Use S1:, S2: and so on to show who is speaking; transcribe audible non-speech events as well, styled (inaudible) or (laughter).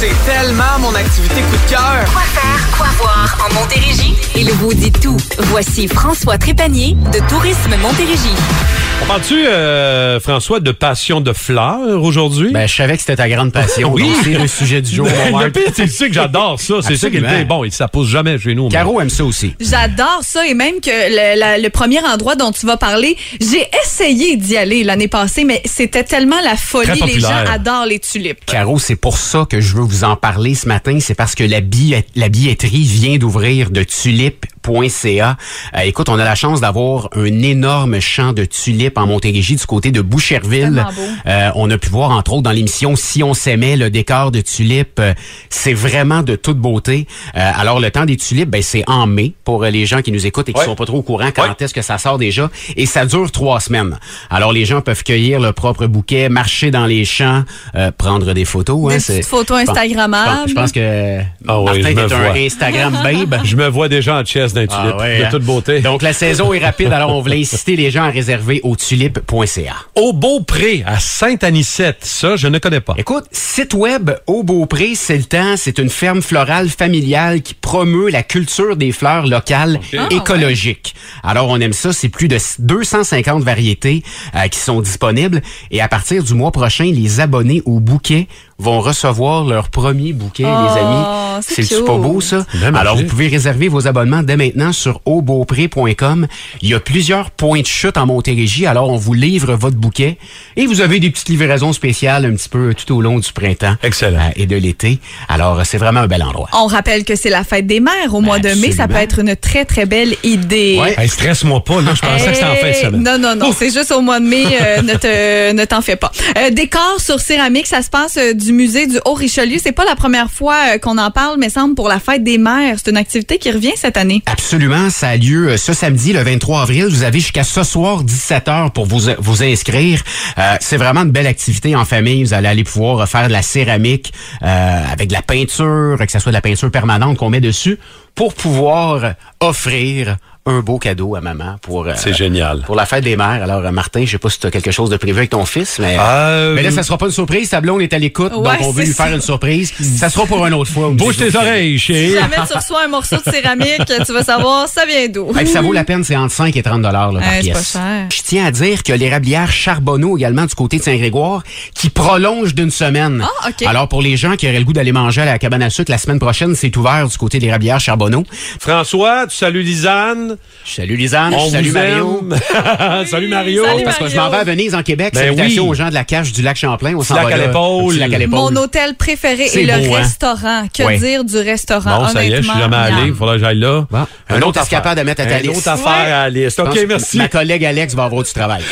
S1: C'est tellement mon activité coup de cœur.
S2: Quoi faire, quoi voir en Montérégie? Il vous dit tout. Voici François Trépanier de Tourisme Montérégie.
S3: On parle-tu, euh, François, de passion de fleurs aujourd'hui?
S4: Ben, je savais que c'était ta grande passion.
S3: Oui. Ben,
S4: donc c'est le sujet du jour. mon
S3: le
S4: Marc.
S3: pire, c'est que tu sais que j'adore ça. C'est ça qui est le
S4: Absolument.
S3: pire. Bon, et ça pousse jamais chez nous. mais-
S4: Caro aime ça aussi.
S5: J'adore ça et même que le, la- le premier endroit dont tu vas parler, j'ai essayé d'y aller l'année passée, mais c'était tellement la
S3: Très
S5: folie. Les gens
S3: populaire.
S5: adorent les tulipes.
S4: Caro, c'est pour ça que je veux vous en parler ce matin. C'est parce que la, billet- la billetterie vient d'ouvrir de tulipes.ca. Euh, écoute, on a la chance d'avoir un énorme champ de tulipes en Montérégie du côté de Boucherville.
S5: Tellement beau.
S4: Euh, on a pu voir, entre autres, dans l'émission Si on s'aimait, le décor de tulipes. euh, c'est vraiment de toute beauté. Euh, alors, le temps des tulipes, ben, c'est en mai pour euh, les gens qui nous écoutent et qui
S3: Ouais.
S4: sont pas trop au courant quand
S3: Ouais.
S4: est-ce que ça sort déjà. Et ça dure trois semaines. Alors, les gens peuvent cueillir leur propre bouquet, marcher dans les champs, euh, prendre des photos.
S5: Des
S4: hein,
S5: petites
S4: c'est-
S5: photos
S4: je pense-
S5: Instagrammables.
S4: Je pense- je pense que
S3: Ah ouais,
S4: Martin
S3: je
S4: est
S3: me
S4: un
S3: vois.
S5: (laughs)
S4: Instagram babe.
S3: Je me vois déjà en chess d'un
S4: Ah
S3: tulipe.
S4: ouais, hein.
S3: de toute beauté.
S4: Donc, la saison est rapide, alors on voulait inciter les gens à réserver au tulipe.ca.
S3: au Beaupré, à Sainte-Anicette. Ça, je ne connais pas.
S4: Écoute, site web au Beaupré, c'est le temps. C'est une ferme florale familiale qui promeut la culture des fleurs locales
S5: Ah,
S4: écologiques. Alors, on aime ça. C'est plus de 250 variétés euh, qui sont disponibles. Et à partir du mois prochain, les abonnés au bouquet vont recevoir leur premier bouquet, les amis.
S5: Oh, c'est
S4: C'est-tu pas
S5: cute.
S4: beau, ça?
S3: Bien
S4: Alors,
S3: mangé.
S4: vous pouvez réserver vos abonnements dès maintenant sur aubeaupré.com. Il y a plusieurs points de chute en Montérégie, alors on vous livre votre bouquet et vous avez des petites livraisons spéciales un petit peu tout au long du printemps.
S3: Excellent.
S4: euh, et de l'été. Alors, euh, c'est vraiment un bel endroit.
S5: On rappelle que c'est la fête des mères au mois de mai. Ça
S4: absolument.
S5: peut être une très, très belle idée.
S4: Ouais.
S3: Hey, stresse-moi pas, là. Je pensais que c'était Ah, en fin de
S4: Eh,
S5: Hey,
S3: semaine.
S5: Non, non, non. C'est juste au mois de mai.
S3: (laughs)
S5: euh, ne te- ne t'en fais pas. Euh, décor sur céramique, ça se passe euh, du musée du Haut-Richelieu. C'est pas la première fois euh, qu'on en parle, mais semble pour la fête des mères. C'est une activité qui revient cette année.
S4: Absolument, ça a lieu euh, ce samedi, le 23 avril. Vous avez jusqu'à ce soir 17h pour vous vous inscrire. Euh, c'est vraiment une belle activité en famille. Vous allez aller pouvoir euh, faire de la céramique euh, avec de la peinture, euh, que ce soit de la peinture permanente qu'on met dessus, pour pouvoir euh, offrir un beau cadeau à maman pour euh,
S3: C'est génial.
S4: pour la fête des mères. Alors euh, Martin, je sais pas si tu as quelque chose de prévu avec ton fils, mais
S3: Euh,
S4: mais là ça sera pas une surprise. Tableau, on est à l'écoute, donc
S5: Ouais,
S4: on veut
S5: c'est
S4: lui
S5: ça.
S4: faire une surprise. Ça sera pour une autre
S3: (laughs)
S4: fois.
S3: Bouge tes oreilles,
S5: Si
S3: chérie.
S5: jamais tu reçois un morceau de céramique, tu vas savoir ça vient d'où.
S4: Hey, puis ça vaut la peine, c'est entre 5 et 30 dollars par
S5: Ouais, c'est
S4: pièce.
S5: pas cher.
S4: Je tiens à dire que l'érablière Charbonneau également du côté de Saint-Grégoire qui prolonge d'une semaine.
S5: Ah, ok.
S4: Alors pour les gens qui auraient le goût d'aller manger à la cabane à sucre la semaine prochaine, c'est ouvert du côté de l'érablière Charbonneau.
S3: François, tu salues Lisanne.
S4: Salut Lisanne,
S3: On
S4: salut
S3: vous
S4: Mario.
S3: aime. (laughs) salut Mario.
S5: salut
S4: Parce que je m'en vais à Venise en Québec,
S3: Ben
S4: salutations
S3: oui.
S4: aux gens de la cache du lac Champlain, on s'en
S3: Petit
S4: va
S3: lac à
S4: là.
S3: l'épaule.
S4: Petit lac à l'épaule.
S5: Mon hôtel préféré
S4: C'est
S5: et le
S4: beau, hein?
S5: restaurant. Que
S4: Ouais.
S5: dire du restaurant?
S3: Bon, ça y est, je suis jamais
S5: Bah, Honnêtement,
S3: allé. Il
S5: miam.
S3: faudrait que j'aille là.
S4: Bon. Un autre escapade à mettre à ta
S3: Un
S4: liste.
S3: autre affaire à la liste.
S4: Je pense
S3: OK,
S4: que
S3: merci. (laughs)
S4: Ma collègue Alex va avoir du travail.